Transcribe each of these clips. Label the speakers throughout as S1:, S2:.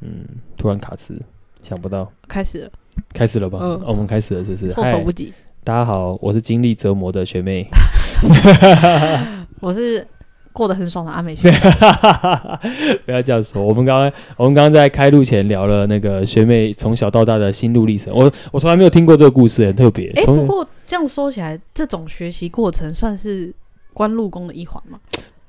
S1: 嗯突然卡词，想不到，
S2: 开始了，
S1: 开始了吧？
S2: 嗯
S1: 哦我们开始了，是不是？
S2: 措手
S1: 嗨
S2: 不，及。
S1: 大家好，我是经历折磨的学妹。
S2: 我是过得很爽的阿 美学长，
S1: 不要这样说，我们刚刚我们刚刚在开录前聊了那个学妹从小到大的心路历程，我我从来没有听过这个故事，很特别。
S2: 哎、
S1: 从
S2: 不过这样说起来，这种学习过程算是关路工的一环嘛？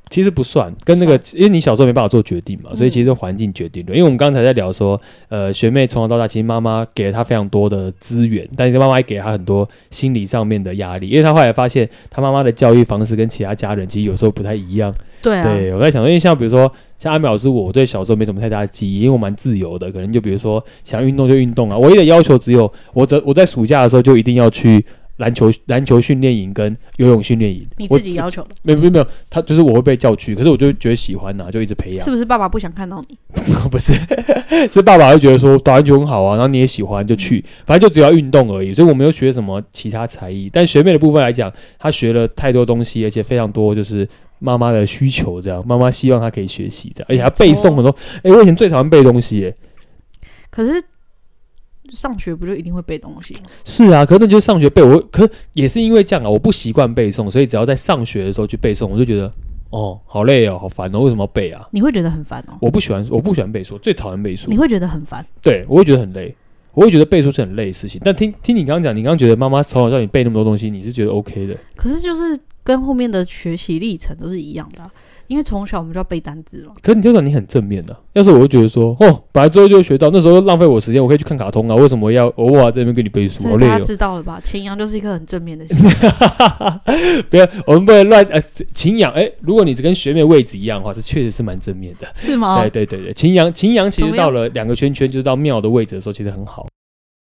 S1: 其实不算，跟那个，因为你小时候没办法做决定
S2: 嗯
S1: 嘛，所以其实环境决定的。因为我们刚才在聊说，呃，学妹从小到大，其实妈妈给了她非常多的资源，但是妈妈也给了她很多心理上面的压力，因为她后来发现，她妈妈的教育方式跟其他家人其实有时候不太一样。
S2: 对啊，
S1: 对，我在想说，因为像比如说像阿美老师我，对小时候没什么太大的记忆，因为我蛮自由的，可能就比如说想运动就运动啊。唯一的要求只有我只我在暑假的时候就一定要去篮球篮球训练营跟游泳训练营。
S2: 你
S1: 我
S2: 自己要求的，
S1: 没有没有没有，他就是我会被叫去，可是我就觉得喜欢呐、啊就一直培养
S2: 是。不是？爸爸不想看到你，
S1: 不是，是爸爸会觉得说打篮球很好啊，然后你也喜欢就去，反正就只要运动而已。所以我没有学什么其他才艺。但学妹的部分来讲，她学了太多东西，而且非常多，就是妈妈的需求这样，妈妈希望她可以学习这样，而且还背诵很多。诶，我以前最讨厌背东西耶。
S2: 可是上学不就一定会背东西吗？
S1: 是啊，可是那就是上学背，我可也是因为这样啊，我不习惯背诵，所以只要在上学的时候去背诵，我就觉得哦，好累哦，好烦哦，为什么要背啊？
S2: 你会觉得很烦哦，
S1: 我不喜欢，我不喜欢背书，最讨厌背书。
S2: 你会觉得很烦，
S1: 对，我会觉得很累，我会觉得背书是很累的事情。但听听你刚刚讲，你刚刚觉得妈妈从小叫你背那么多东西，你是觉得 OK 的，
S2: 可是就是跟后面的学习历程都是一样的啊、因为从小我们就要背单词嘛。
S1: 可是你这种你很正面的、要是我会觉得说，哦，本来之后就会学到，那时候浪费我时间，我可以去看卡通啊，为什么要偶尔在那边跟你背书？
S2: 所
S1: 好
S2: 以
S1: 累
S2: 大家
S1: 哦。
S2: 知道了吧？秦阳就是一个很正面的形象，
S1: 不要，我们不能乱呃， 秦阳，哎，如果你跟学妹位置一样的话，这确实是蛮正面的。
S2: 是吗
S1: 对？对对对，秦阳秦阳其
S2: 哦怎
S1: 实
S2: 么
S1: 到
S2: 样
S1: 了两个圈圈，就是到庙的位置的时候，其实很好。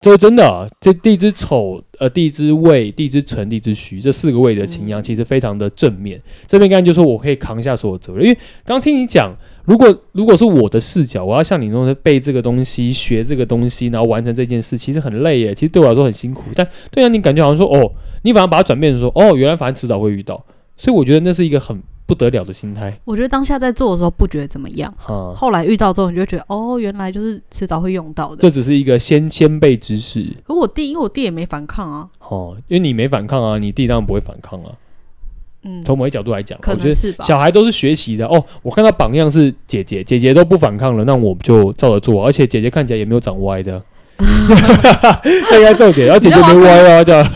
S1: 这真的、啊，这地支丑，呃，地支未，地支辰，地支戌，这四个位的秦阳
S2: 嗯
S1: 其实非常的正面。正面概念就是说我可以扛下所有责任，因为刚听你讲，如果如果是我的视角，我要像你那种背这个东西、学这个东西，然后完成这件事，其实很累耶。其实对我来说很辛苦，但对啊，你感觉好像说哦，你反而把它转变成说哦，原来反正迟早会遇到，所以我觉得那是一个很不得了的心态
S2: 我觉得当下在做的时候不觉得怎么样，
S1: 哈。
S2: 后来遇到之后，你就会觉得哦，原来就是迟早会用到的
S1: 这。只是一个先先辈知识
S2: 可我弟，因为我弟也没反抗啊，
S1: 哦，因为你没反抗啊，你弟当然不会反抗啊。
S2: 嗯，
S1: 从某一角度来讲，
S2: 可
S1: 我觉
S2: 能
S1: 得
S2: 是吧。
S1: 小孩都是学习的哦。我看到榜样是姐姐，姐姐都不反抗了，那我就照着做，而且姐姐看起来也没有长歪 的。这应该重点，然后姐姐没歪啊，这样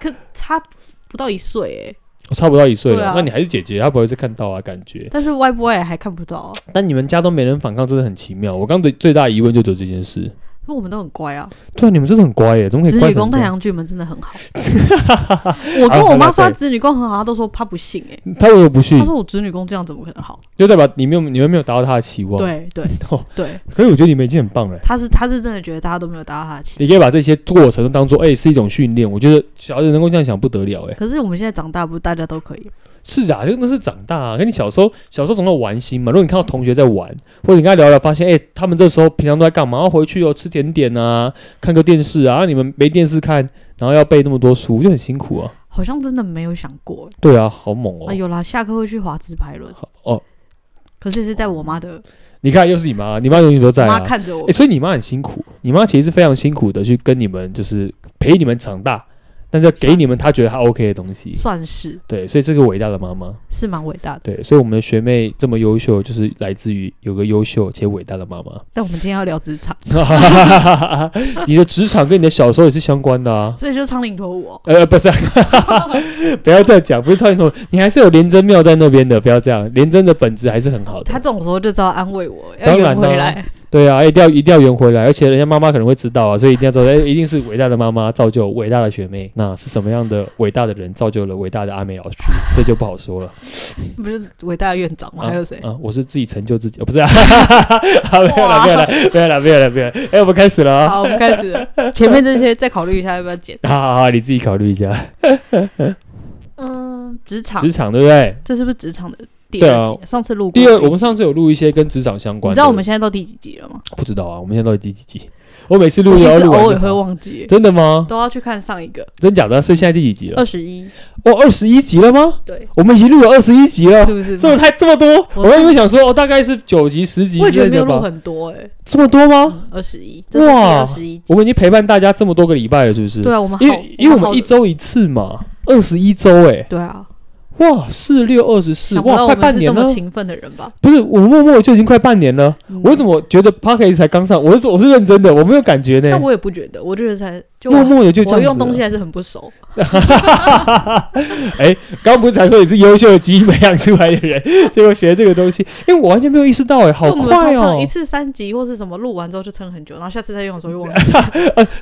S2: 可差不到一岁哎、
S1: 我差不到一岁
S2: 对
S1: 了，
S2: 啊
S1: 那你还是姐姐，她不会是看到啊，感觉。
S2: 但是歪不歪还看不到、啊，
S1: 但你们家都没人反抗，真的很奇妙。我刚最最大疑问就只有这件事。
S2: 因为我们都很乖啊。
S1: 对啊，你们真的很乖耶，怎么可以
S2: 子
S1: 乖
S2: 女啊
S1: 成啊
S2: 宫
S1: 这
S2: 太
S1: 样？
S2: 阳巨门真的很好。我跟我妈说她子女宫很好，她都说她不信哎、
S1: 他如果不信
S2: 她，说我子女宫这样怎么可能好？
S1: 就代表你没有你们没有达到他的期望。
S2: 对对
S1: 哦
S2: 对，
S1: 可是我觉得你们已经很棒了。
S2: 她是她是真的觉得大家都没有达到她的期。
S1: 你可以把这些过程当做哎、是一种训练，我觉得小孩子能够这样想不得了哎、
S2: 可是我们现在长大，不是大家都可以？
S1: 是啊，就那是长大啊，跟你小时候小时候总要玩心嘛。如果你看到同学在玩，或者你跟他聊聊，发现哎、他们这时候平常都在干嘛？要回去哦，吃甜点啊，看个电视啊，啊你们没电视看，然后要背那么多书，就很辛苦啊。
S2: 好像真的没有想过、
S1: 对啊，好猛哦。
S2: 啊。有啦，下课会去滑直排轮，
S1: 好哦，
S2: 可是也是在我妈的，
S1: 你看又是你妈，你妈永远都
S2: 我
S1: 在
S2: 妈
S1: 啊。
S2: 看着我
S1: 哎、。所以你妈很辛苦，你妈其实是非常辛苦的去跟你们就是陪你们长大，但是要
S2: 啊
S1: 给你们她觉得她 OK 的东西。
S2: 算是
S1: 对，所以这个伟大的妈妈。
S2: 是蛮伟大的。
S1: 对，所以我们的学妹这么优秀，就是来自于有个优秀且伟大的妈妈。
S2: 但我们今天要聊职场，
S1: 你的职场跟你的小时候也是相关的啊。
S2: 所以就是苍领陀我
S1: 呃，不是、 不要这样讲，不是超级头，你还是有廉贞庙在那边的，不要这样。廉贞的本质还是很好
S2: 他
S1: 的，
S2: 这种时候就知道安慰我，要
S1: 当然
S2: 圆
S1: 啦
S2: 回来。
S1: 对啊，一定要一定要圆回来，而且人家妈妈可能会知道啊，所以一定要知道，哎，一定是伟大的妈妈造就伟大的学妹。那是什么样的伟大的人造就了伟大的阿美老师，这就不好说了。
S2: 不是伟大的院长吗？
S1: 啊
S2: 还有谁？
S1: 啊，我是自己成就自己，哦、不是啊， 好没有了，没有了，没有了，没有了，没有了。哎、我们开始了啊！
S2: 好，我们开始 了前面这些再考虑一下要不要剪。
S1: 好好好，你自己考虑一下，
S2: 嗯，职场
S1: 职场对不对？
S2: 这是不是职场的第
S1: 对
S2: 二
S1: 啊
S2: 集，上次录过
S1: 第二，
S2: 而已
S1: 我们上次有录一些跟职场相关的，
S2: 你知道我们现在到第几集了吗？
S1: 不知道啊？我们现在到底第几集？我每次录
S2: 我
S1: 都
S2: 其
S1: 要
S2: 实
S1: 录完
S2: 偶
S1: 就
S2: 尔
S1: 好
S2: 会忘记，
S1: 真的吗？
S2: 都要去看上一个
S1: 真假的？所以现在第几集了
S2: 二？十一，
S1: 哦，二十一集了吗？
S2: 对，
S1: 我们已经录了二十一集了
S2: 是，不是？
S1: 哦这么太这么多，
S2: 我
S1: 我原本想说哦，大概是九集十集
S2: 我也
S1: 之
S2: 觉得
S1: 类
S2: 没有
S1: 的
S2: 录
S1: 吧，
S2: 很多哎，
S1: 这么多吗？
S2: 二十一，这是第
S1: 哇
S2: 二十一集。
S1: 我们已经陪伴大家这么多个礼拜了，是不是？
S2: 对啊，我们好
S1: 因为因为我
S2: 好
S1: 们一周一次嘛，二十一周哎，
S2: 对啊，
S1: 哇，四六二十四，
S2: 想不
S1: 哇，
S2: 到
S1: 快
S2: 我们
S1: 半
S2: 是
S1: 年
S2: 这
S1: 了
S2: 么。勤嗯奋的人吧？
S1: 不是，我默默就已经快半年了。我怎
S2: 么？
S1: 么觉得 p o c k e t 才刚上？我是我是认真的，我没有感觉呢
S2: 但。我也不觉得，我觉得才就
S1: 默
S2: 我
S1: 默的就这样
S2: 我
S1: 子了
S2: 用东西还是啊很不熟，
S1: 哎，刚不是才说你是优秀的基因培养出来的人， 结果学这个东西，因为我完全没有意识到，哎，好
S2: 因为我们
S1: 快
S2: 常常
S1: 哦
S2: 一，次三集或是什么录完之后就撑很久，然后下次再用的时候又忘 记。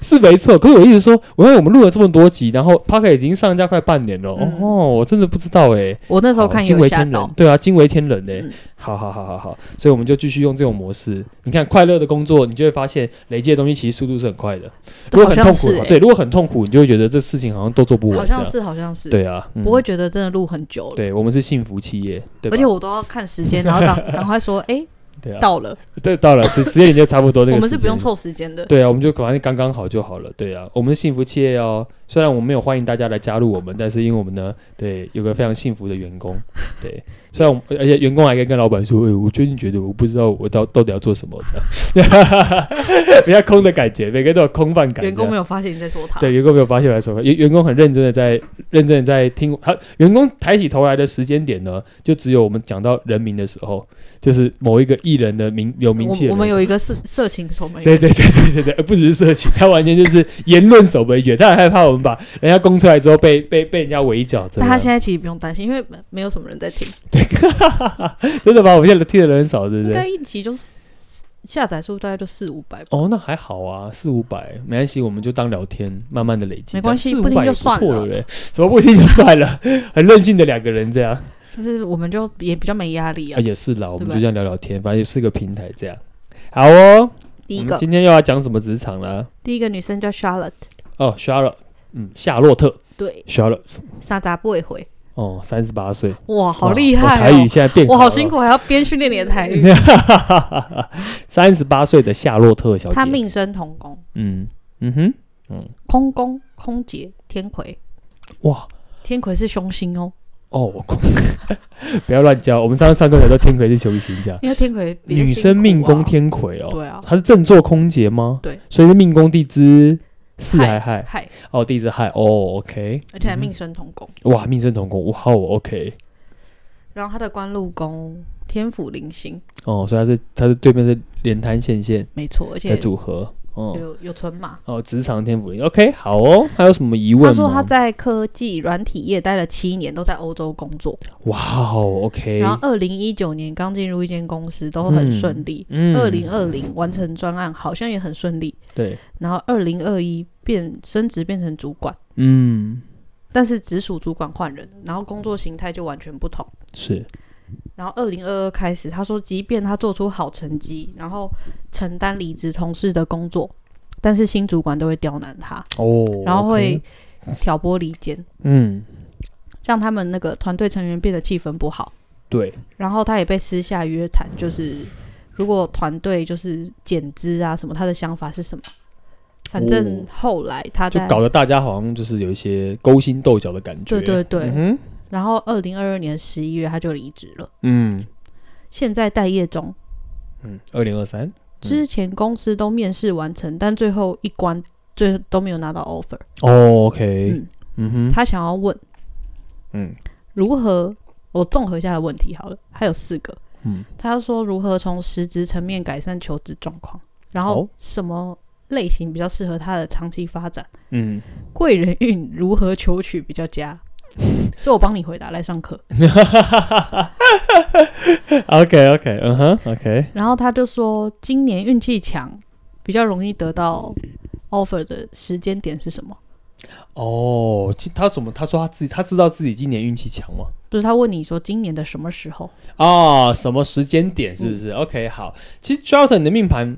S1: 是没错。可是我一直说，我因为我们录了这么多集，然后 p o c k e t 已经上架快半年了，
S2: 嗯
S1: 哦，我真的不知道哎。
S2: 我那时候看
S1: 惊
S2: 有
S1: 为
S2: 吓
S1: 天人
S2: 到，，
S1: 对啊，惊为天人呢、
S2: 嗯
S1: 好好好好好，所以我们就继续用这种模式。你看，快乐的工作，你就会发现累积的东西其实速度是很快的。如果
S2: 好
S1: 很
S2: 像
S1: 痛苦
S2: 是
S1: 的话，
S2: 欸
S1: 对，如果很痛苦，你就会觉得这事情好像都做不完，
S2: 好像，是好像是，
S1: 对啊，嗯
S2: 不会。觉得真的录很久了，
S1: 对我们是幸福企业，对吧？
S2: 而且我都要看时间，然后赶 赶快说，哎，
S1: 对啊，
S2: 到了，
S1: 对到了时时间点就差不多 那个。
S2: 我们是不用。凑时间的，
S1: 对啊，我们就反正刚刚好就好了。对啊，我们是幸福企业哦。虽然我们没有欢迎大家来加入我们，但是因为我们呢，对有个非常幸福的员工，对，虽然我们而且员工还可以跟老板说，哎、我最近觉得我不知道我到到底要做什么的， 比较空的感觉，每个人都有空泛感。
S2: 员工
S1: 这样
S2: 没有发现你在说他，
S1: 对员工没有发现我在说话，员员工很认真的在认真的在听我，他员工抬起头来的时间点呢，就只有我们讲到人名的时候，就是某一个艺人的名有名气的
S2: 我
S1: 人
S2: 我们
S1: 的时候
S2: 有一个色色情守门
S1: 对
S2: 员，
S1: 对对对对对，呃不只是色情，他完全就是言论守门员，他很害怕我们把人家供出来之后被被被人家围剿，真
S2: 但他
S1: 的
S2: 现在其实不用担心，因为没有什么人在听，
S1: 真的把我们现在听的人很少，对不
S2: 应该
S1: 对？
S2: 一集就四下载数大概就四五百吧，
S1: 哦，那还好啊，四五百没关系，我们就当聊天，慢慢的累积，
S2: 没关系
S1: 这样
S2: 不
S1: 四五
S2: 听
S1: 百也
S2: 就
S1: 不错
S2: 算了
S1: 对不对？怎么不听就算了， 很任性的两个人这样，
S2: 就是我们就也比较没压力
S1: 啊
S2: 啊。
S1: 也是啦，我们
S2: 对吧
S1: 就这样聊聊天，反正也是个平台这样。好哦，
S2: 第
S1: 我
S2: 一
S1: 们
S2: 个，
S1: 今天又要讲什么职场啦？
S2: 第一个女生叫 Charlotte，
S1: 哦，Charlotte，嗯，夏洛特
S2: 对，
S1: ，Charlotte，
S2: 傻杂不会回，
S1: 哦，三十八岁，
S2: 哇，好
S1: 哇
S2: 厉
S1: 我
S2: 害
S1: 台语
S2: 哦！
S1: 现在变
S2: 我
S1: 好
S2: 好
S1: 了
S2: 辛苦，还要边训练你的台语。
S1: 三十八岁的夏洛特小姐，
S2: 她命生童工，
S1: 嗯嗯哼，
S2: 空工、空姐、天魁，
S1: 哇
S2: 天魁是凶星哦，
S1: 哦，我空 不要乱教。我们上次上课讲到天魁是雄星这样，
S2: 因为天魁比较
S1: 女
S2: 辛
S1: 生
S2: 苦
S1: 命宫
S2: 啊，
S1: 天魁哦，
S2: 对啊，
S1: 她是正坐空劫吗？
S2: 对，
S1: 所以是命宫地支四还亥
S2: 嗨，
S1: 哦，地支亥哦，OK，
S2: 而且还命生童工，
S1: 哇，命生同宫，哇哦，OK，
S2: 然后她的官禄宫天府零星，
S1: 哦，所以她是她是对面是连滩线线
S2: 没错，而
S1: 的
S2: 且
S1: 组合，哦
S2: 有有存码。
S1: 哦，职场天府灵，OK，好哦，还有什么疑问
S2: 她
S1: 吗？
S2: 说她在科技软体业待了七年，都在欧洲工作。
S1: 哇哦，OK，
S2: 然后二零一九年刚进入一间公司，都很顺利。
S1: 嗯
S2: 二零二零完成专案，好像也很顺利。
S1: 对，
S2: 然后二零二一变升职变成主管，
S1: 嗯，
S2: 但是直属主管换人，然后工作形态就完全不同。
S1: 是，
S2: 然后二零二二开始，他说，即便他做出好成绩，然后承担离职同事的工作，但是新主管都会刁难他，
S1: 哦，
S2: 然后
S1: OK
S2: 会挑拨离间，
S1: 嗯，
S2: 让他们那个团队成员变得气氛不好。
S1: 对，
S2: 然后他也被私下约谈，就是如果团队就是减资啊什么，他的想法是什么？反正
S1: 哦
S2: 后来他
S1: 就
S2: 在、
S1: 搞得大家好像就是有一些勾心斗角的感觉。
S2: 对对对，
S1: 嗯哼
S2: 然后二零二二年十一月他就离职了，
S1: 嗯
S2: 现在待业中。
S1: 嗯，二零二三，
S2: 之前公司都面试完成，但最后一关最都没有拿到 offer。
S1: 哦，OK，
S2: 嗯，
S1: 嗯哼，
S2: 他想要问
S1: 嗯
S2: 如何，我综合一下的问题好了，还有四个。
S1: 嗯，
S2: 他说如何从实质层面改善求职状况，然后
S1: 好
S2: 什么类型比较适合他的长期发展，
S1: 嗯，
S2: 贵人运如何求取比较佳。 这我帮你回答，来上课。
S1: OK OK，嗯哼，OK，
S2: 然后他就说，今年运气强，比较容易得到 offer 的时间点是什么？
S1: 哦，其他怎么？他说他自己，他知道自己今年运气强吗？
S2: 就是他问你说今年的什么时候？
S1: 哦，什么时间点是不是、o k 好，其实 Charlton 你的命盘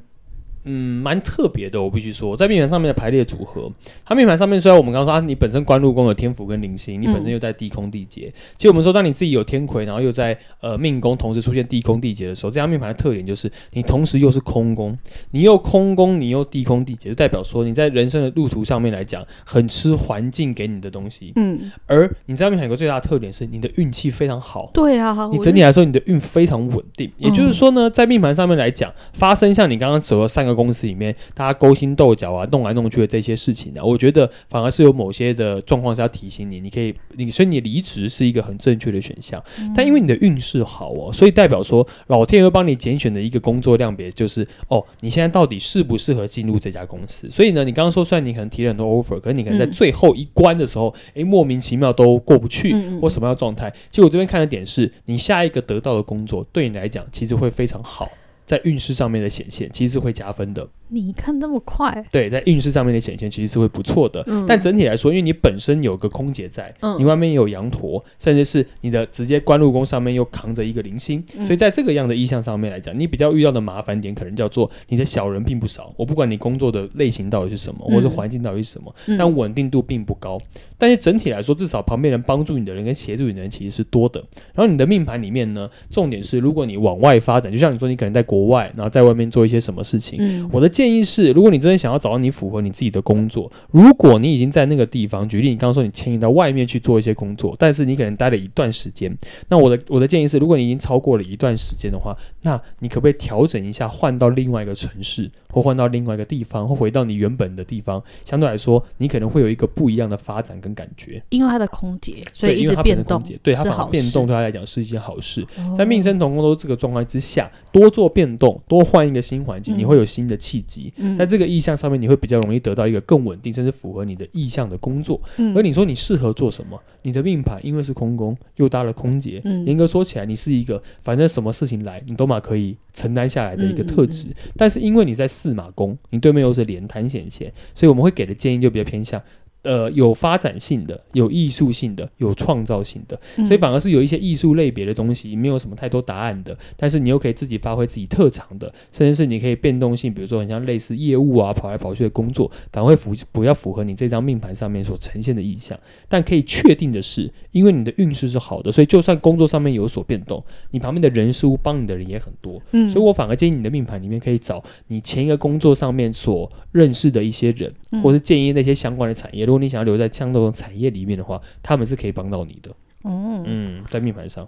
S1: 嗯，蛮特别的，我必须说，在命盘上面的排列组合，它命盘上面虽然我们刚刚说啊，你本身官禄宫有天府跟灵星，你本身
S2: 嗯
S1: 又在地空地劫，其实我们说，当你自己有天魁，然后又在呃命宫同时出现地空地劫的时候，这张命盘的特点就是你同时又是空宫，你又空宫，你又地空地劫，就代表说你在人生的路途上面来讲，很吃环境给你的东西。
S2: 嗯，
S1: 而你这张命盘有个最大的特点是，你的运气非常好。
S2: 对啊，
S1: 你整
S2: 我就
S1: 体来说，你的运非常稳定。也就是说呢，在命盘上面来讲，发生像你刚刚所说三个公司里面，大家勾心斗角啊、弄来弄去的这些事情呢、啊我觉得反而是有某些的状况是要提醒你，你可以，你所以你离职是一个很正确的选项。但因为你的运势好哦，所以代表说老天会帮你拣选的一个工作量别就是哦，你现在到底适不适合进入这家公司？所以呢，你刚刚说虽然你可能提了很多 offer，可是你可能在
S2: 嗯
S1: 最后一关的时候，诶，莫名其妙都过不去，
S2: 嗯嗯
S1: 或什么样的状态。其实我这边看的点是，你下一个得到的工作对你来讲其实会非常好，在运势上面的显现其实是会加分的。
S2: 你看这么快，
S1: 对，在运势上面的显现其实是会不错的。
S2: 嗯
S1: 但整体来说，因为你本身有个空姐在，
S2: 嗯
S1: 你外面也有羊驼，甚至是你的直接官禄宫上面又扛着一个零星，
S2: 嗯
S1: 所以在这个样的意向上面来讲，你比较遇到的麻烦点可能叫做你的小人并不少。我不管你工作的类型到底是什么，
S2: 嗯
S1: 或是环境到底是什么，
S2: 嗯
S1: 但稳定度并不高。但是整体来说，至少旁边人帮助你的人跟协助你的人其实是多的。然后你的命盘里面呢，重点是如果你往外发展，就像你说你可能在国外，然后在外面做一些什么事情，
S2: 嗯
S1: 我的建议是，如果你真的想要找到你符合你自己的工作，如果你已经在那个地方，举例你刚刚说你迁移到外面去做一些工作，但是你可能待了一段时间，那我的我的建议是，如果你已经超过了一段时间的话，那你可不可以调整一下，换到另外一个城市，或换到另外一个地方，或回到你原本的地方？相对来说，你可能会有一个不一样的发展跟感觉，
S2: 因为它的空姐，所
S1: 对，
S2: 以一
S1: 因为
S2: 直
S1: 它本
S2: 变
S1: 身
S2: 动
S1: 空间，对它
S2: 是
S1: 反而
S2: 好
S1: 变
S2: 事
S1: 动对它来讲是一件好事。
S2: 哦
S1: 在命生同工都这个状态之下，多做变动，多换一个新环境，
S2: 嗯
S1: 你会有新的契机。
S2: 嗯
S1: 在这个意向上面，你会比较容易得到一个更稳定，甚至符合你的意向的工作。
S2: 嗯
S1: 而你说你适合做什么？你的命盘因为是空宫，又搭了空劫，
S2: 嗯
S1: 严格说起来，你是一个反正什么事情来，你都嘛可以承担下来的一个
S2: 嗯嗯
S1: 特质。但是因为你在四马宫，你对面又是连滩显现，所以我们会给的建议就比较偏向。呃，有发展性的，有艺术性的，有创造性的，
S2: 嗯
S1: 所以反而是有一些啊艺术类别的东西，没有什么太多答案的，但是你又可以自己发挥自己特长的，甚至是你可以变动性，比如说很像类似业务啊，跑来跑去的工作，反而会符不要符合你这张命盘上面所呈现的意向。但可以确定的是，因为你的运势是好的，所以就算工作上面有所变动，你旁边的人事物帮你的人也很多，
S2: 嗯，
S1: 所以我反而建议你的命盘里面可以找你前一个工作上面所认识的一些人，
S2: 嗯
S1: 或是建议那些相关的产业，如果你想要留在相同的产业里面的话，他们是可以帮到你的。
S2: 哦，
S1: 嗯，在命盘上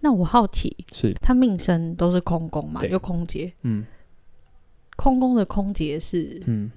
S2: 那我好奇，
S1: 是，
S2: 他命生都是空宫嘛，
S1: 对
S2: 有空姐，
S1: 嗯
S2: 空宫的空姐是
S1: 嗯，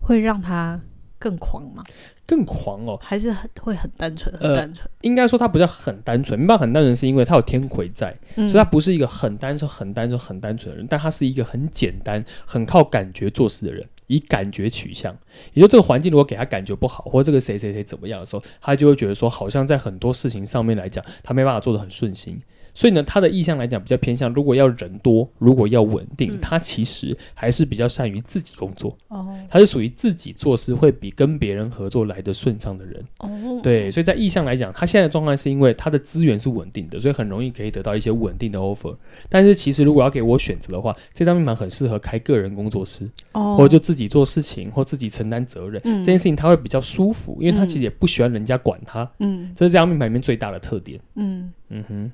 S2: 会让他更狂吗？
S1: 更狂哦。
S2: 还是很会很单纯，很
S1: 呃
S2: 单纯？
S1: 应该说它不叫很单纯，明白很单纯是因为它有天魁在，
S2: 嗯，
S1: 所以他不是啊一个很单纯、很单纯、很单纯的人，但他是一个很简单、很靠感觉做事的人，以感觉取向。也就这个环境如果给他感觉不好，或者这个谁谁谁怎么样的时候，他就会觉得说，好像在很多事情上面来讲，他没办法做得很顺心。所以呢，他的意向来讲比较偏向，如果要人多，如果要稳定，
S2: 嗯
S1: 他其实还是比较善于自己工作，
S2: 哦
S1: 他是属于自己做事会比跟别人合作来的顺畅的人。
S2: 哦，
S1: 对，所以在意向来讲，他现在的状态是因为他的资源是稳定的，所以很容易可以得到一些稳定的 offer。但是其实如果要给我选择的话，这张命盘很适合开个人工作室，
S2: 哦，
S1: 或者就自己做事情，或自己承担责任。
S2: 嗯
S1: 这件事情他会比较舒服，因为他
S2: 嗯
S1: 其实也不喜欢人家管他，
S2: 嗯
S1: 这是这张命盘里面最大的特点。
S2: 嗯，
S1: 嗯哼，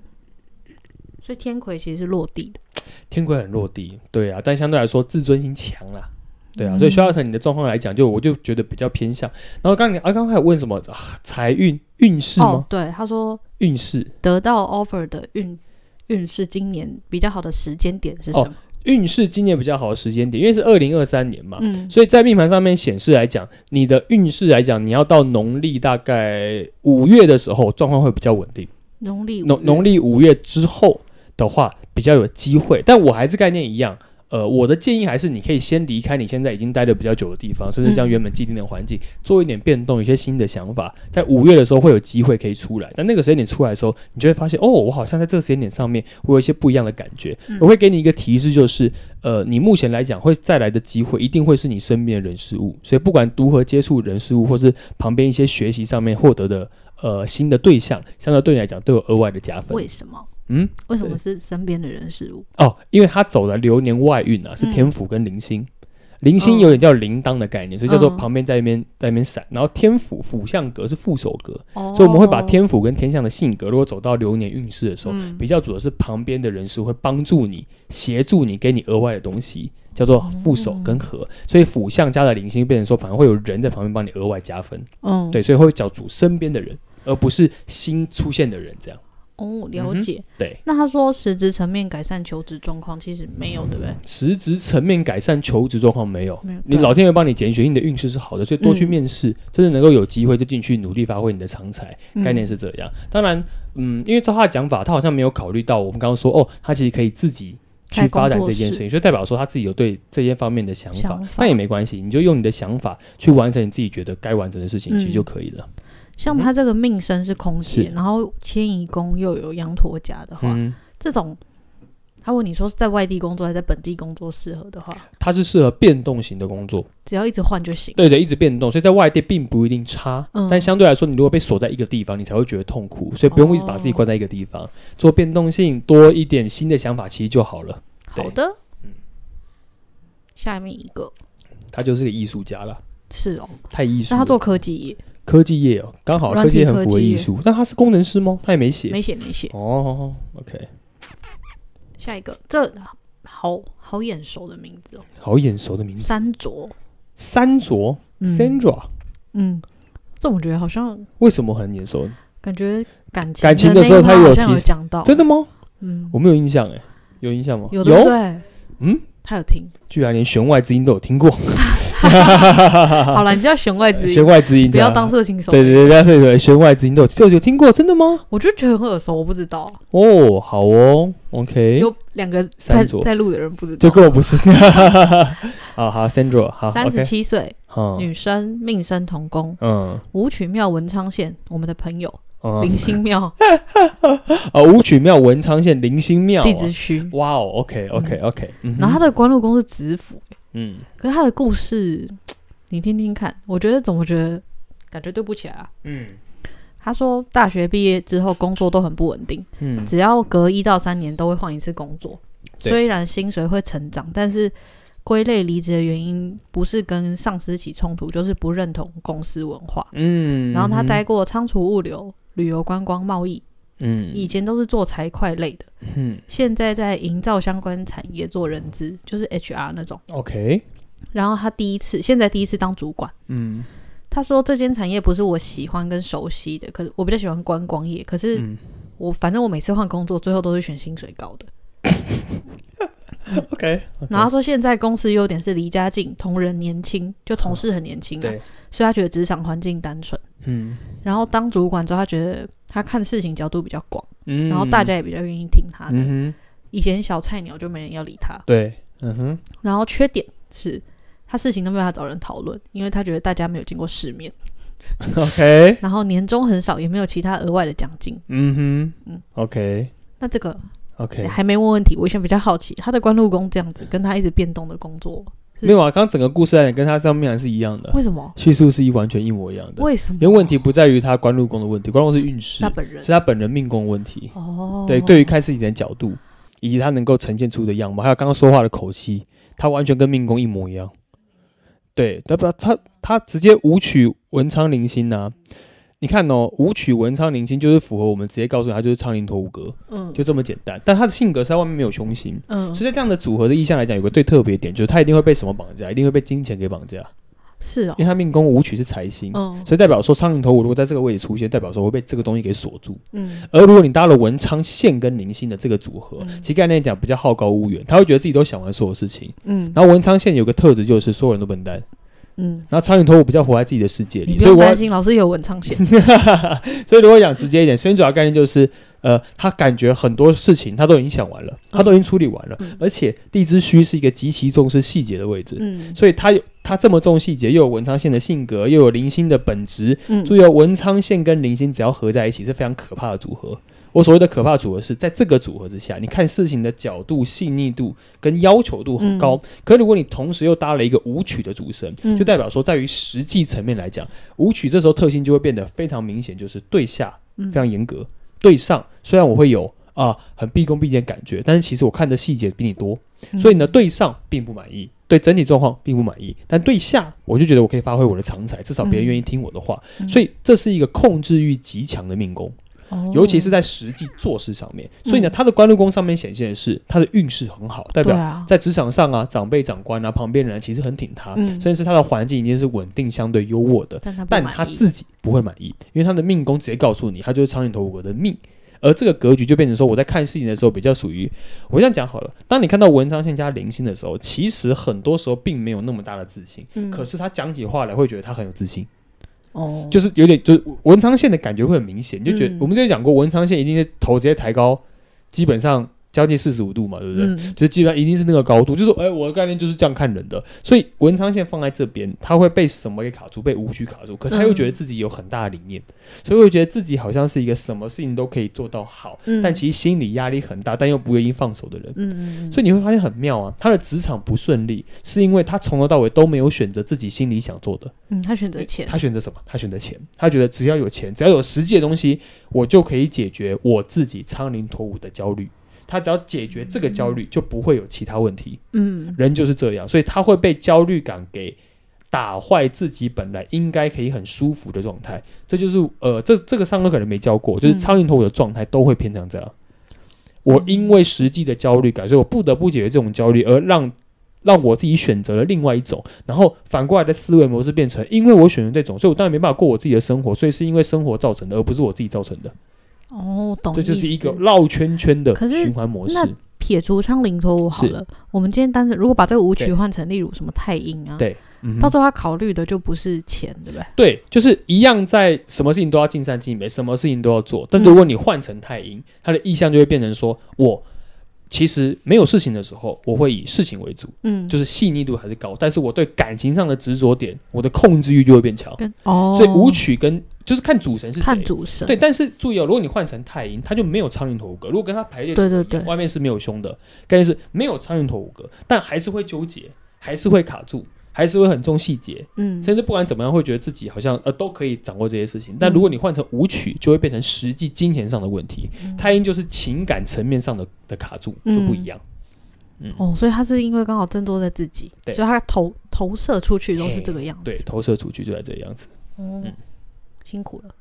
S2: 所以天魁其实是落地的，
S1: 天魁很落地，对啊，但相对来说自尊心强啦。对啊，所以
S2: 嗯
S1: 肖亚成你的状况来讲，就我就觉得比较偏向。然后刚你啊，刚才有问什么啊？财运运势
S2: 哦
S1: 吗？，
S2: 对，他说
S1: 运势
S2: 得到 offer 的运运势，今年比较好的时间点是什么？
S1: 运势今年比较好的时间点，因为是二零二三年嘛，
S2: 嗯，
S1: 所以在命盘上面显示来讲，你的运势来讲，你要到农历大概五月的时候，状况会比较稳定。
S2: 农历
S1: 农农
S2: 历
S1: 历五月之后的话，比较有机会。但我还是概念一样，呃，我的建议还是你可以先离开你现在已经待的比较久的地方，甚至像
S2: 嗯
S1: 原本既定的环境，做一点变动，有些新的想法，在五月的时候会有机会可以出来。但那个时间点出来的时候，你就会发现，哦，我好像在这个时间点上面，我有一些不一样的感觉。
S2: 嗯
S1: 我会给你一个提示，就是呃，你目前来讲会再来的机会，一定会是你身边的人事物，所以不管如何接触人事物，或是旁边一些学习上面获得的呃新的对象，相对对你来讲都有额外的加分
S2: 为。什么？
S1: 嗯，
S2: 为什么是身边的人事物？
S1: 哦，因为他走的流年外运啊，是天府跟零星，零星有点叫铃铛的概念，所以叫做
S2: 嗯
S1: 旁边在那边在那边闪，然后天府辅相格是副手格，
S2: 哦，
S1: 所以我们会把天府跟天象的性格，如果走到流年运势的时候，
S2: 嗯
S1: 比较主要是旁边的人是会帮助你、协助你，给你额外的东西，叫做副手跟合。所以辅相加了零星，变成说反而会有人在旁边帮你额外加分。
S2: 嗯，
S1: 对，所以会找主身边的人，而不是新出现的人这样。
S2: 哦，
S1: 嗯
S2: 了
S1: 哼
S2: 解。
S1: 对，
S2: 那他说实质层面改善求职状况，其实没有，对不对？
S1: 实质层面改善求职状况没有。
S2: 没有，
S1: 嗯你
S2: 对嗯
S1: 老天爷帮你拣选，你的运势是好的，所以多去面试，真的能够有机会就进去努力发挥你的长才。概念，是这样。当然，嗯，因为照他的讲法，他好像没有考虑到我们刚刚说，哦，他其实可以自己去
S2: 开
S1: 发展
S2: 工作
S1: 这件事
S2: 室
S1: 情，所以代表说他自己有对这些方面的想法，
S2: 想法
S1: 但也没关系，你就用你的想法去完成你自己觉得该完成的事情，
S2: 嗯
S1: 其实就可以了。
S2: 嗯像他这个命生是空姐，
S1: 是
S2: 然后迁移宫又有羊驼夹的话，
S1: 嗯，
S2: 这种他问你说是在外地工作还是在本地工作适合的话，
S1: 它是适合变动型的工作，
S2: 只要一直换就行。
S1: 对的，一直变动，所以在外地并不一定差，
S2: 嗯
S1: 但相对来说，你如果被锁在一个地方，你才会觉得痛苦，所以不用一直把自己
S2: 哦
S1: 关在一个地方，做变动性多一点新的想法，其实就好了。对
S2: 好的，下面一个
S1: 他就是个艺术家了，
S2: 是哦，
S1: 太艺术
S2: 那
S1: 了
S2: 他。做科技业
S1: 科技业哦，刚好
S2: 软
S1: 科技
S2: 体
S1: 业很符
S2: 科
S1: 合
S2: 技
S1: 艺
S2: 业
S1: 术，但他是工程师吗？他也没写。
S2: 没写没写。
S1: 哦，OK，
S2: 下一个这好好眼熟的名字哦，
S1: 好眼熟的名字，
S2: 山卓，
S1: 山卓
S2: 嗯
S1: Sandra，
S2: 嗯，这我觉得好像
S1: 为什么很眼熟？
S2: 感觉感情
S1: 感情
S2: 的
S1: 的时候
S2: 那一
S1: 他
S2: 趴
S1: 有
S2: 好像
S1: 提
S2: 有讲到，
S1: 真的吗？
S2: 嗯，
S1: 我没有印象哎，有印象吗？
S2: 有对不对？
S1: 嗯，
S2: 他有听。
S1: 居然连弦外之音都有听过，啊
S2: 好了，你叫弦外之
S1: 弦
S2: 音，
S1: 外之音
S2: 不
S1: 对啊
S2: 要当色情手。
S1: 对对对对对对，弦外之音都有就有听过，真的吗？
S2: 我就觉得很耳熟，我不知道，
S1: 哦，好哦，OK，
S2: 就两个在
S1: 山卓
S2: 在录的人不知道。
S1: 就跟我不是， 好好 Sandra，好
S2: 三十
S1: ，OK，哦
S2: 七岁
S1: 好，
S2: 女生，命生童工，
S1: 嗯
S2: 武曲庙文昌县，我们的朋友
S1: 嗯，
S2: 林星 庙
S1: 哦，武曲庙文昌县灵星庙啊
S2: 地质区。
S1: 哇哦，OK OK OK，嗯哼
S2: 然后他的官禄宫是子府，
S1: 嗯，
S2: 可是他的故事你听听看，我觉得怎么觉得感觉对不起来啊？
S1: 嗯
S2: 他说大学毕业之后工作都很不稳定，
S1: 嗯，
S2: 只要隔一到三年都会换一次工作，
S1: 对
S2: 虽然薪水会成长，但是归类离职的原因不是跟上司起冲突，就是不认同公司文化。
S1: 嗯，
S2: 然后他待过仓储物流、旅游观光、贸易，
S1: 嗯
S2: 以前都是做财会类的，
S1: 嗯
S2: 现在在营造相关产业做人资，就是 HR 那种。
S1: ，OK，
S2: 然后他第一次，现在第一次当主管。
S1: 嗯
S2: 他说这间产业不是我喜欢跟熟悉的，可是我比较喜欢观光业。可是
S1: 嗯
S2: 我反正我每次换工作，最后都是选薪水高的。
S1: ，OK，
S2: 然后他说现在公司优点是离家近，同仁年轻，就同事很年轻、啊，
S1: 对，
S2: 所以他觉得职场环境单纯。
S1: 嗯
S2: 然后当主管之后，他觉得他看事情角度比较广，
S1: 嗯，
S2: 然后大家也比较愿意听他的。
S1: 嗯哼，
S2: 以前小菜鸟就没人要理他。
S1: 对，嗯哼，
S2: 然后缺点是他事情都没有办法找人讨论，因为他觉得大家没有见过世面，
S1: ，OK，
S2: 然后年终很少，也没有其他额外的奖金。
S1: 嗯哼
S2: 嗯
S1: ，OK
S2: 那这个
S1: OK，
S2: 还没问问题，我现在比较好奇，他的官禄宫这样子，跟他一直变动的工作，是
S1: 没有啊，刚刚整个故事来讲跟他上面还是一样的
S2: 为，什么？
S1: 叙述是一完全一模一样的，
S2: 为什么？
S1: 因为呃问题不在于他官禄宫的问题，官禄宫是运势
S2: 他，本人
S1: 是他本人命宫问题，
S2: 哦，
S1: 对，对于看事情的角度，以及他能够呈现出的样貌，还有刚刚说话的口气，他完全跟命宫一模一样。对，他不，他他直接舞曲文昌零星呐、你看哦，舞曲文昌零星就是符合我们直接告诉你，他就是昌龄陀五格，
S2: 嗯
S1: 就这么简单。但他的性格是在外面没有凶星，
S2: 嗯
S1: 所以在这样的组合的意象来讲，有个最特别的点，就是他一定会被什么绑架，一定会被金钱给绑架，
S2: 是哦
S1: 因为，他命宫舞曲是财星，
S2: 嗯
S1: 所以代表说昌龄陀五如果在这个位置出现，代表说会被这个东西给锁住。
S2: 嗯
S1: 而如果你搭了文昌线跟零星的这个组合，
S2: 嗯
S1: 其实概念讲比较好高骛远，他会觉得自己都想完所有事情。
S2: 嗯
S1: 然后文昌线有个特质就是所有人都笨蛋，
S2: 嗯，
S1: 然后苍蝇头我比较活在自己的世界里，
S2: 你不
S1: 所以
S2: 用
S1: 我要
S2: 担心，老师有文昌险，
S1: 所以如果讲直接一点，先主要概念就是，呃，他感觉很多事情他都已经想完了，他都已经处理完了，
S2: 嗯
S1: 而且地支虚是一个极其重视细节的位置。
S2: 嗯
S1: 所以他有他这么重细节，又有文昌线的性格，又有零星的本质，
S2: 嗯
S1: 注意哦，文昌线跟零星只要合在一起是非常可怕的组合。我所谓的可怕组合是在这个组合之下，你看事情的角度、细腻度跟要求度很高。可如果你同时又搭了一个舞曲的主神，
S2: 嗯
S1: 就代表说在于实际层面来讲，舞曲这时候特性就会变得非常明显，就是对下
S2: 嗯
S1: 非常严格，对上虽然我会有啊、很毕恭毕敬的感觉，但是其实我看的细节比你多，
S2: 嗯
S1: 所以呢，对上并不满意，对整体状况并不满意，但对下我就觉得我可以发挥我的长才，至少别人
S2: 嗯
S1: 愿意听我的话，
S2: 嗯
S1: 所以这是一个控制欲极强的命宫，
S2: 哦
S1: 尤其是在实际做事上面。所以呢，
S2: 嗯
S1: 他的官禄宫上面显现的是他的运势很好，代
S2: 对
S1: 表
S2: 啊，
S1: 在职场上啊，长辈、长官啊，旁边人啊其实很挺他，
S2: 嗯
S1: 甚至是他的环境已经是稳定、相对优渥的，
S2: 但他不
S1: 但
S2: 满
S1: 他
S2: 意
S1: 自己不会满意，因为他的命宫直接告诉你，他就是苍蝇头五格的命。而这个格局就变成说，我在看事情的时候比较属于，我这样讲好了。当你看到文章线加零星的时候，其实很多时候并没有那么大的自信，
S2: 嗯
S1: 可是他讲起话来会觉得他很有自信，
S2: 哦，
S1: 就是有点就是文昌线的感觉会很明显，你就觉得、
S2: 嗯
S1: 我们之前讲过，文昌线一定是头直接抬高，基本上将近四十五度嘛，对不对？
S2: 嗯
S1: 就基本上一定是那个高度，就是哎、我的概念就是这样看人的，所以文昌线放在这边，他会被什么给卡住，被无需卡住，可是他又觉得自己有很大的理念，所以会觉得自己好像是一个什么事情都可以做到好，
S2: 嗯，
S1: 但其实心理压力很大，但又不愿意放手的人。
S2: 嗯嗯嗯，
S1: 所以你会发现很妙啊，他的职场不顺利，是因为他从头到尾都没有选择自己心里想做的，
S2: 嗯他选择钱，
S1: 他选择什么？他选择钱，他觉得只要有钱，只要有实际的东西，我就可以解决我自己苍蝇脱舞的焦虑。他只要解决这个焦虑，就不会有其他问题。
S2: 嗯
S1: 人就是这样，所以他会被焦虑感给打坏自己本来应该可以很舒服的状态。这就是呃，这这个上课可能没教过，就是
S2: 嗯
S1: 苍蝇头我的状态都会偏向这样。我因为实际的焦虑感，所以我不得不解决这种焦虑，而让让我自己选择了另外一种，然后反过来的思维模式变成，因为我选择这种，所以我当然没办法过我自己的生活，所以是因为生活造成的，而不是我自己造成的。
S2: 哦，懂，
S1: 这就是一个绕圈圈的
S2: 可是
S1: 循环模式。
S2: 那撇除苍蝇头好
S1: 是
S2: 了，我们今天单纯如果把这个舞曲
S1: 对
S2: 换成例如什么太阴啊，
S1: 对嗯哼
S2: 到最后他考虑的就不是钱，对不对？
S1: 对，就是一样，在什么事情都要尽善尽美，什么事情都要做。但如果你换成太阴，他的意向就会变成说，我其实没有事情的时候，我会以事情为主，
S2: 嗯，
S1: 就是细腻度还是高，但是我对感情上的执着点，我的控制欲就会变强。
S2: 跟哦，
S1: 所以舞曲跟就是看主神是谁，
S2: 看主神，
S1: 对，但是注意哦，如果你换成太阴，它就没有苍蝇头五格。如果跟它排列组合
S2: 对对
S1: 一样
S2: 对
S1: 外面是没有胸的，概念是没有苍蝇头五格，但还是会纠结，还是会卡住，还是会很重细节。
S2: 嗯，
S1: 甚至不管怎么样，会觉得自己好像呃都可以掌握这些事情。但如果你换成舞曲，就会变成实际金钱上的问题。太阴就是情感层面上的的卡住，就不一样。
S2: 哦，所以他是因为刚好振作在自己，
S1: 对
S2: 所以他投投射出去都是这个样子，
S1: 对，投射出去就在这个样子，
S2: 哦
S1: 嗯，
S2: 辛苦了，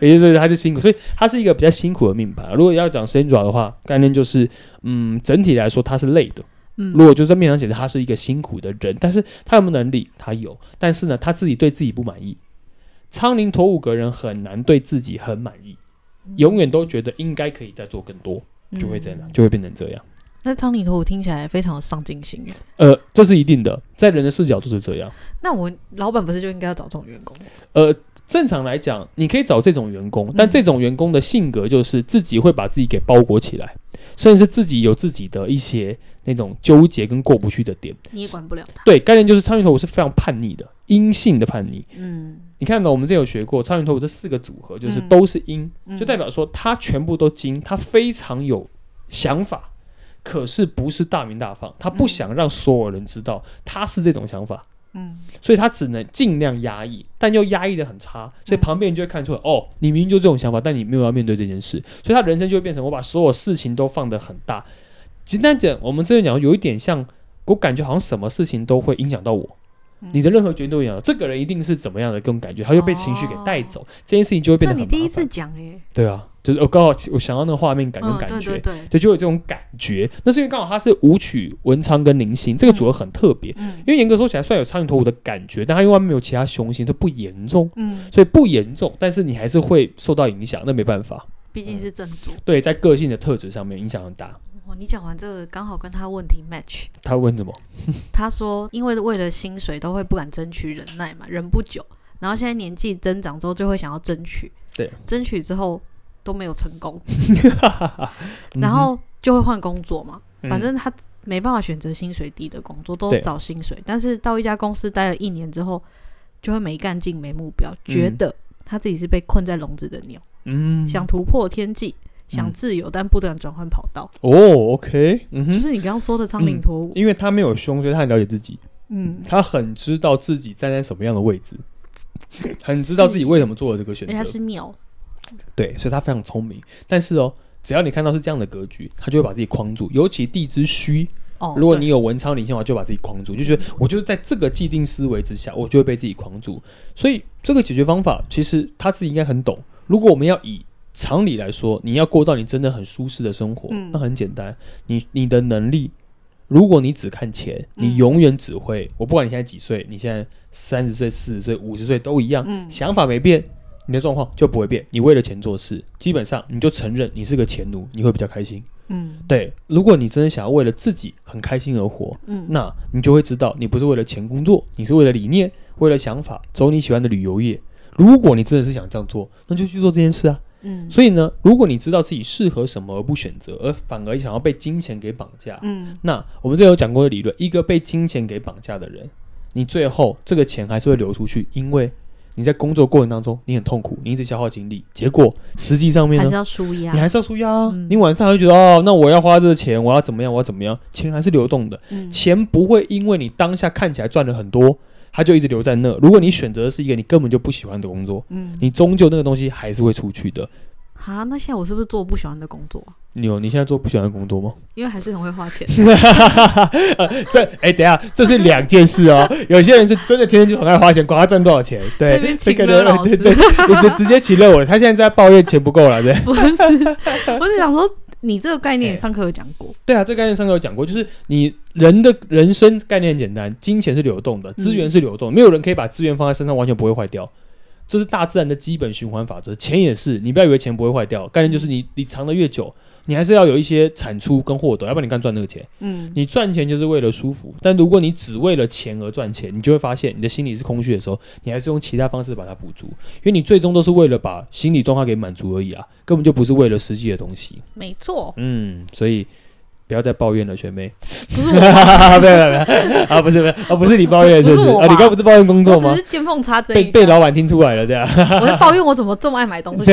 S1: 也就是他就辛苦，所以他是一个比较辛苦的命盘。如果要讲深爪的话，概念就是，嗯，整体来说他是累的。
S2: 嗯
S1: 如，果就在面上写的他是一个辛苦的人，但是他有没有能力？他有，但是呢，他自己对自己不满意。苍蝇头五格人很难对自己很满意，永远都觉得应该可以再做更多，就会这样，
S2: 嗯。
S1: 就会变成这样。
S2: 那苍蝇头我听起来非常有上进心耶，
S1: 呃，这是一定的，在人的视角就是这样。
S2: 那我老板不是就应该要找这种员工？
S1: 呃，正常来讲，你可以找这种员工，但
S2: 嗯
S1: 这种员工的性格就是自己会把自己给包裹起来，甚至是自己有自己的一些那种纠结跟过不去的点。
S2: 你也管不了他，
S1: 对，概念就是苍蝇头五是非常叛逆的，阴性的叛逆。
S2: 嗯，
S1: 你看到我们之前有学过苍蝇头舞这四个组合，就是
S2: 嗯
S1: 都是阴，
S2: 嗯
S1: 就代表说他全部都精，他非常有想法，可是不是大名大放，他不
S2: 嗯
S1: 想让所有人知道他是这种想法，
S2: 嗯，
S1: 所以他只能尽量压抑，但又压抑的很差，所以
S2: 嗯
S1: 旁边人就会看出来，哦，你明明就这种想法，但你没有要面对这件事，所以他人生就会变成我把所有事情都放得很大。简单讲，我们之前讲有一点像，我感觉好像什么事情都会影响到我。
S2: 嗯
S1: 你的任何决定都一样，这个人一定是怎么样的，这种感觉，他就被情绪给带走，这件事情就会变
S2: 哦
S1: 得
S2: 这你
S1: 很
S2: 第一
S1: 麻
S2: 次
S1: 烦。
S2: 讲哎，
S1: 对啊，就是我刚好我想到那个画面感跟
S2: 嗯，
S1: 感
S2: 对
S1: 觉，
S2: 对对，
S1: 对，就有这种感觉。那是因为刚好它是舞曲、文昌跟零星这个组合很特别，
S2: 嗯
S1: 因为严格说起来，虽然有苍蝇头舞的感觉，但它因为外面没有其他凶星，它不严重，
S2: 嗯，
S1: 所以不严重，但是你还是会受到影响，那没办法。
S2: 毕竟是正主，
S1: 对，在个性的特质上面影响很 大。
S2: 哦，你讲完这个刚好跟他问题 match。
S1: 他问什么？
S2: 他说，因为为了薪水都会不敢争取忍耐嘛，忍不久，然后现在年纪增长之后就会想要争取，
S1: 对，
S2: 争取之后都没有成功，
S1: 嗯
S2: 然后就会换工作嘛，
S1: 哼
S2: 反正他没办法选择薪水低的工作，都
S1: 嗯对
S2: 找薪水，但是到一家公司待了一年之后，就会没干劲、没目标，觉得他自己是被困在笼子的鸟，
S1: 嗯，
S2: 想突破天际。想
S1: 嗯
S2: 自由，但不敢转换跑道，
S1: 哦，OK，嗯
S2: 就
S1: 哼，
S2: 是你刚刚说的苍蝇脱舞。
S1: 因为他没有凶，所以他很了解自己。
S2: 嗯，
S1: 他很知道自己站在什么样的位置，很知道自己为什么做了这个选
S2: 因为他
S1: 择，
S2: 哎是庙，
S1: 对，所以他非常聪明。但是哦，只要你看到是这样的格局，他就会把自己框住。尤其地之虚，
S2: 哦，
S1: 如果
S2: 对嗯
S1: 你有文昌理性的话，就把自己框住，就觉得我就是在这个既定思维之下，我就会被自己框住。所以这个解决方法，其实他自己应该很懂。如果我们要以常理来说，你要过到你真的很舒适的生活，
S2: 嗯
S1: 那很简单。你你的能力，如果你只看钱，
S2: 嗯
S1: 你永远只会、我不管你现在几岁，你现在三十岁、四十岁、五十岁都一样，
S2: 嗯
S1: 想法没变，你的状况就不会变。你为了钱做事，基本上你就承认你是个钱奴，你会比较开心。
S2: 嗯
S1: 对，如果你真的想要为了自己很开心而活，
S2: 嗯
S1: 那你就会知道，你不是为了钱工作，你是为了理念，为了想法，走你喜欢的旅游业。如果你真的是想这样做，那就去做这件事啊。
S2: 嗯
S1: 所以呢，如果你知道自己适合什么而不选择，而反而想要被金钱给绑架，
S2: 嗯
S1: 那我们之前有讲过的理论，一个被金钱给绑架的人，你最后这个钱还是会流出去，因为你在工作过程当中你很痛苦，你一直消耗精力，结果实际上面
S2: 还
S1: 呢
S2: 是，要舒压
S1: 你，还是要出压啊、
S2: 嗯
S1: 你晚上还会觉得哦，那我要花这个钱，我要怎么样，我要怎么样，钱还是流动的，
S2: 嗯
S1: 钱不会因为你当下看起来赚了很多，它就一直留在那。如果你选择的是一个你根本就不喜欢的工作，
S2: 嗯，
S1: 你终究那个东西还是会出去的。
S2: 好，那现在我是不是做不喜欢的工作啊？
S1: 你有你现在做不喜欢的工作 吗？
S2: 因为还是很会花钱，
S1: 这哎、等一下，这是两件事 哦。有些人是真的天天就很爱花钱，管他赚多少钱，
S2: 那
S1: 对
S2: 边，
S1: 这
S2: 请
S1: 个
S2: 了老
S1: 对
S2: 师，
S1: 对，就直接起了我了。他现在在抱怨钱不够了，对。
S2: 不是，我是想说，你这个概念
S1: 嘿
S2: 你上课有讲过，
S1: 对啊，这个概念上课有讲过，就是你人的人生概念很简单，金钱是流动的，资源是流动的，没有人可以把资源放在身上完全不会坏掉，这是大自然的基本循环法则。钱也是，你不要以为钱不会坏掉，概念就是你你藏的越久，你还是要有一些产出跟获得，要不然你干赚那个钱。
S2: 嗯
S1: 你赚钱就是为了舒服，但如果你只为了钱而赚钱，你就会发现你的心里是空虚的时候，你还是用其他方式把它补足，因为你最终都是为了把心理状况给满足而已啊，根本就不是为了实际的东西。
S2: 没错，
S1: 嗯，所以不要再抱怨了，学妹。
S2: 不是
S1: 没有 没有没有啊，不是不是啊，不是你抱怨是不
S2: 不
S1: 是
S2: 是我
S1: 啊？你
S2: 吧
S1: 刚不是抱怨工作
S2: 我
S1: 吗
S2: 只？是见缝插针
S1: 被
S2: 一下
S1: 被，老板听出来了，这样。
S2: 我在抱怨我怎么这么爱买东 西，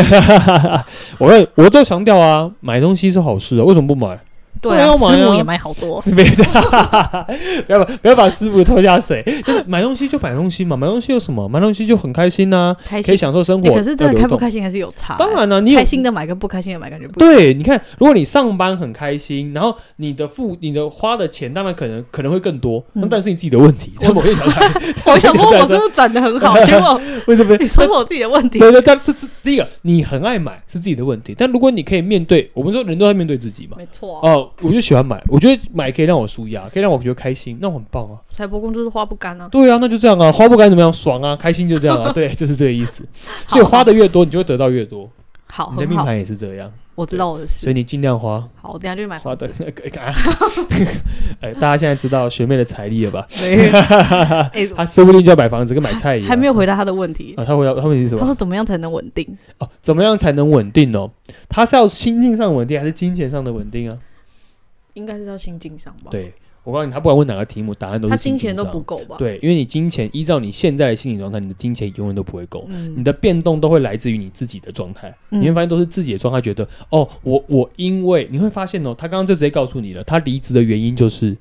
S1: 我要我就强调啊，买东西是好事啊，为什么不买？
S2: 对
S1: 我
S2: 啊，
S1: 要买啊
S2: 师母也买好多，
S1: 别 不要把不要把师傅拖下水，就是买东西就买东西嘛，买东西有什么？买东西就很开心呐、
S2: 开
S1: 可以
S2: 心，
S1: 享受生活。
S2: 欸可是真
S1: 要
S2: 的
S1: 流
S2: 开不
S1: 动？
S2: 开心还是有差欸，
S1: 当然了、啊你有
S2: 开心的买跟不开心的买感觉不一样，
S1: 对，你啊看，如果你上班很开心，然后你的付你的花的钱，当然可能可能会更多，
S2: 嗯
S1: 那但是你自己的问题。在某一条来
S2: 我想说我是不是转的很好，结果
S1: 为什 么？
S2: 你说是我自己的问题，
S1: 对对，但这这第一个，你很爱买是自己的问题，但如果你可以面对，我们说人都在面对自己嘛。
S2: 没错啊，
S1: 哦，我就喜欢买，我觉得买可以让我舒压，可以让我觉得开心，那我很棒啊。
S2: 财帛宫就是花不干啊，
S1: 对啊，那就这样啊，花不该怎么样，爽啊，开心就这样 啊，对，就是这个意思。所以花的越多，你就会得到越多。
S2: 好，
S1: 你的
S2: 哦很
S1: 命
S2: 好，
S1: 盘也是这样，
S2: 我知道我的
S1: 所以
S2: 事，
S1: 你尽量花，
S2: 好，我等一下就去买
S1: 花
S2: 房
S1: 的
S2: 子，
S1: 哎， 大家现在知道学妹的财力了吧？
S2: 对，哎，
S1: 她说不定就要买房子，跟买菜一样。
S2: 还没有回答他的问题，
S1: 啊？她回答她问题是什
S2: 他
S1: 么？
S2: 说怎么样才能稳定？
S1: 哦，怎么样才能稳定哦？她是要心境上稳定，还是金钱上的稳定啊？
S2: 应该是要心境上吧，
S1: 对，我告诉你，他不管问哪个题目，答案都是
S2: 他金钱
S1: 上
S2: 都不够吧？，
S1: 对，因为你金钱依照你现在的心理状态，你的金钱永远都不会够。你
S2: 嗯，
S1: 的变动都会来自于你自己的状态，
S2: 嗯
S1: 你会发现都是自己的状态。觉得哦，我我因为你会发现哦，他刚刚就直接告诉你了，他离职的原因就是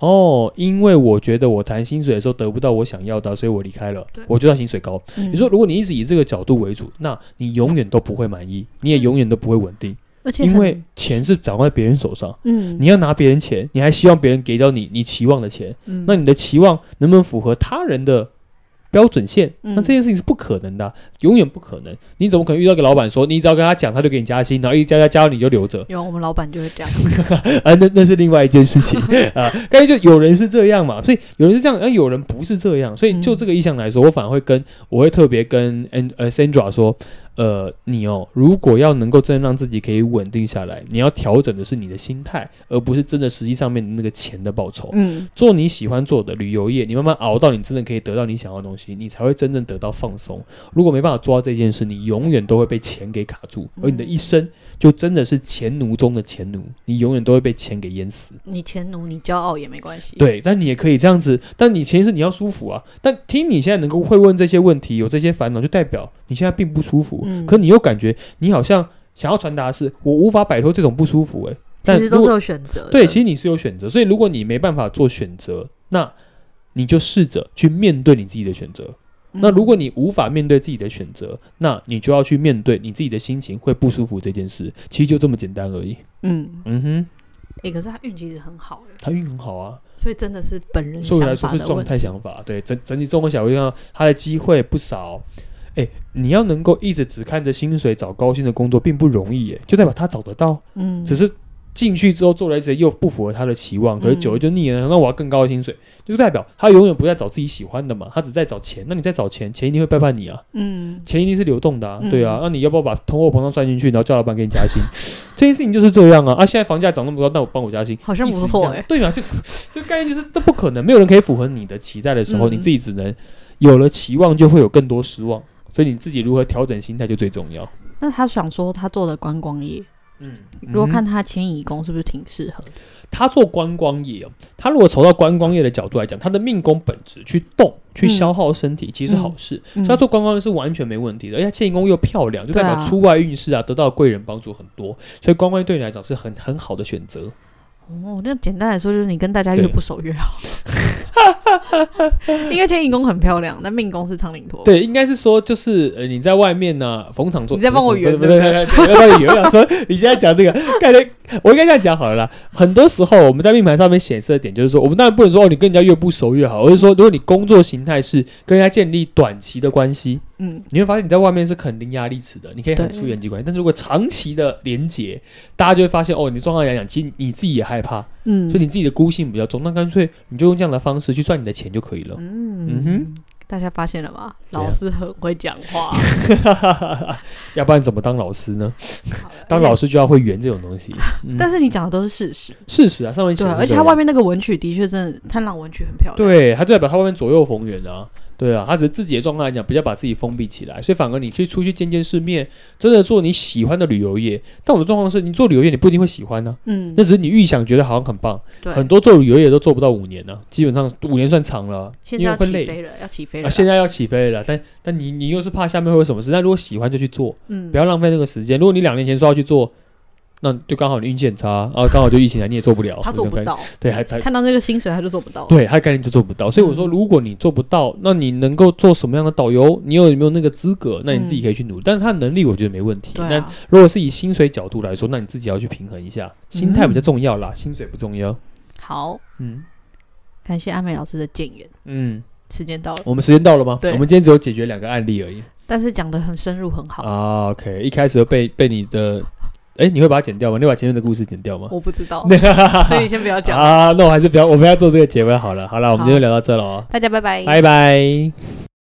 S1: 哦，因为我觉得我谈薪水的时候得不到我想要的，所以我离开了
S2: 对。嗯
S1: 我就要薪水高。
S2: 你
S1: 你说，如果你一直以这个角度为主，那你永远都不会满意，你也永远都不会稳定，
S2: 而且
S1: 因
S2: 嗯很
S1: 为钱是掌握在别人手上。
S2: 嗯，
S1: 你要拿别人钱，你还希望别人给到你你期望的钱，
S2: 嗯
S1: 那你的期望能不能符合他人的标准线？
S2: 嗯
S1: 那这件事情是不可能的啊、永远不可能。你怎么可能遇到一个老板说，你只要跟他讲，他就给你加薪，然后一加加加到你就留 着？
S2: 有我们老板就会这样，
S1: 啊，那那是另外一件事情啊。刚才就有人是这样嘛，所以有人是这样，而有人不是这样。所以就这个意向来说，我反而会跟我会特别跟 An 呃 Sandra 说，呃，你哦，如果要能够真的让自己可以稳定下来，你要调整的是你的心态，而不是真的实际上面的那个钱的报酬。
S2: 嗯
S1: 做你喜欢做的旅游业，你慢慢熬到你真的可以得到你想要的东西，你才会真正得到放松。如果没办法做到这件事，你永远都会被钱给卡住，而你的一生就真的是钱奴中的钱奴，你永远都会被钱给淹死。
S2: 你钱奴，你骄傲也没关系，，
S1: 对，但你也可以这样子，但你前提是你要舒服啊。但听你现在能够会问这些问题，有这些烦恼，就代表你现在并不舒服。
S2: 嗯
S1: 可你又感觉你好像想要传达的是，我无法摆脱这种不舒服、欸。
S2: 其
S1: 但
S2: 实都
S1: 如
S2: 是
S1: 果
S2: 有选择的，
S1: 对，其实你是有选择，所以如果你没办法做选择，那你就试着去面对你自己的选择。
S2: 嗯
S1: 那如果你无法面对自己的选择，那你就要去面对你自己的心情会不舒服这件事，其实就这么简单而已。
S2: 嗯，
S1: 嗯哼，
S2: 哎、可是他运气是很好哎，
S1: 他运很好啊，
S2: 所以真的是本人
S1: 所以我来说
S2: 想法
S1: 是
S2: 的
S1: 状
S2: 问
S1: 态
S2: 题。
S1: 想法，对整整体状况下，我就看到他的机会不少。哎、你要能够一直只看着薪水找高薪的工作并不容易，哎，就代表他找得到，
S2: 嗯，
S1: 只
S2: 是
S1: 是进去之后做了一些又不符合他的期望，
S2: 嗯
S1: 可是久了就腻了，那我要更高的薪水，就是代表他永远不在找自己喜欢的嘛，他只在找钱，那你在找钱，钱一定会背叛你啊，
S2: 嗯，
S1: 钱一定是流动的啊，
S2: 嗯
S1: 对啊，那你要不要把通货膨胀算进去，然后叫老板给你加薪？这件事情就是这样啊，啊，现在房价涨那么高，那我帮我加薪，
S2: 好像
S1: 一直
S2: 不错
S1: 这样
S2: 哎，
S1: 对嘛？啊就这概念就是这不可能，没有人可以符合你的期待的时候，
S2: 嗯
S1: 你自己只能有了期望就会有更多失望，所以你自己如何调整心态就最重要。
S2: 那他想说他做的观光业，
S1: 嗯，
S2: 如果看他迁移宫是不是挺适合的？
S1: 他做观光业哦，他如果从到观光业的角度来讲，他的命宫本质去动、去
S2: 嗯
S1: 消耗身体，其实是好事。所
S2: 嗯
S1: 以他做观光业是完全没问题的，而且他建工又漂亮，就代表
S2: 对啊
S1: 出外运势啊，得到贵人帮助很多，所以观光业对你来讲是很很好的选择。
S2: 哦，那简单来说就是你跟大家越
S1: 对
S2: 不熟 越好，因为迁移宫很漂亮，但命宫是苍蝇陀。，
S1: 对，应该是说就是呃你在外面呢、逢场作，
S2: 你在帮我圆
S1: 不是不
S2: 对
S1: 是
S2: 不
S1: 不是不是不是不是我要帮你圆。我想说你现在讲这个，感觉我应该这样讲好了啦。很多时候我们在命盘上面显示的点就是说，我们当然不能说哦，你跟人家越不熟越好，而是说如果你工作形态是跟人家建立短期的关系，
S2: 嗯，
S1: 你会发现你在外面是很伶牙俐齿的，你可以很
S2: 对
S1: 出人际关系。但是如果长期的连结，大家就会发现哦，你状况来讲，其实你自己也害怕，
S2: 嗯，
S1: 所以你自己的孤性比较重。那干脆你就用这样的方式去赚你的钱就可以 了。嗯
S2: 嗯
S1: 哼
S2: 大家发现了吗？
S1: 怎样
S2: 老师很会讲话，
S1: 要不然怎么当老师呢？
S2: 好了
S1: 啊当老，师就要会圆这种东西，
S2: 而且
S1: 嗯
S2: 但是你讲的都是事实，
S1: 事实啊，上面写
S2: 对
S1: 的
S2: 啊，
S1: 是
S2: 而且
S1: 这
S2: 他
S1: 样
S2: 外面那个文曲的确真的贪狼文曲很漂亮，，
S1: 对，他就代表他外面左右逢源啊。对啊，他只是自己的状况来讲，比较把自己封闭起来，所以反而你去出去见见世面，真的做你喜欢的旅游业。但我的状况是你做旅游业，你不一定会喜欢呢、啊
S2: 嗯
S1: 那，只是你预想觉得好像很棒，
S2: 对，
S1: 很多做旅游业都做不到五年呢、基本上五年算长了，
S2: 现在
S1: 因为
S2: 要
S1: 会
S2: 起
S1: 累。
S2: 飞了，要起飞
S1: 啊，
S2: 了啦，
S1: 现在要起飞了，但但你你又是怕下面会有什么事，但如果喜欢就去做，
S2: 嗯
S1: 不，要浪费那个时间。如果你两年前说要去做，那就刚好你运气很差啊，刚好就疫情来，你也做不了，
S2: 他做
S1: 这种
S2: 不
S1: 感觉，
S2: 到，
S1: 对，还还
S2: 看到那个薪水他就做不到，，
S1: 对，他概念就做不到。所以我说，
S2: 嗯
S1: 如果你做不到，那你能够做什么样的导游？你有没有那个资格？那你自己
S2: 嗯
S1: 可以去努力。但是他的能力我觉得没问题。
S2: 对
S1: 那
S2: 啊，
S1: 如果是以薪水角度来说，那你自己要去平衡一下，心态比较重要
S2: 嗯
S1: 啦，薪水不重要。
S2: 好，
S1: 嗯
S2: 感谢阿美老师的建言，
S1: 嗯，
S2: 时间到了，
S1: 我们时间到了吗？
S2: 对
S1: 我们今天只有解决两个案例而已。
S2: 但是讲的很深入，很好。
S1: 啊，OK，一开始就被被你的，哎，你会把它剪掉吗？你会把前面的故事剪掉吗？，
S2: 我不知道
S1: 所
S2: 哦 所以先 不要讲。
S1: 啊，那我还是不要，我们要做这个结尾好了。好了，我们今
S2: 好
S1: 天聊到这了哦，
S2: 大家拜拜。
S1: 拜拜。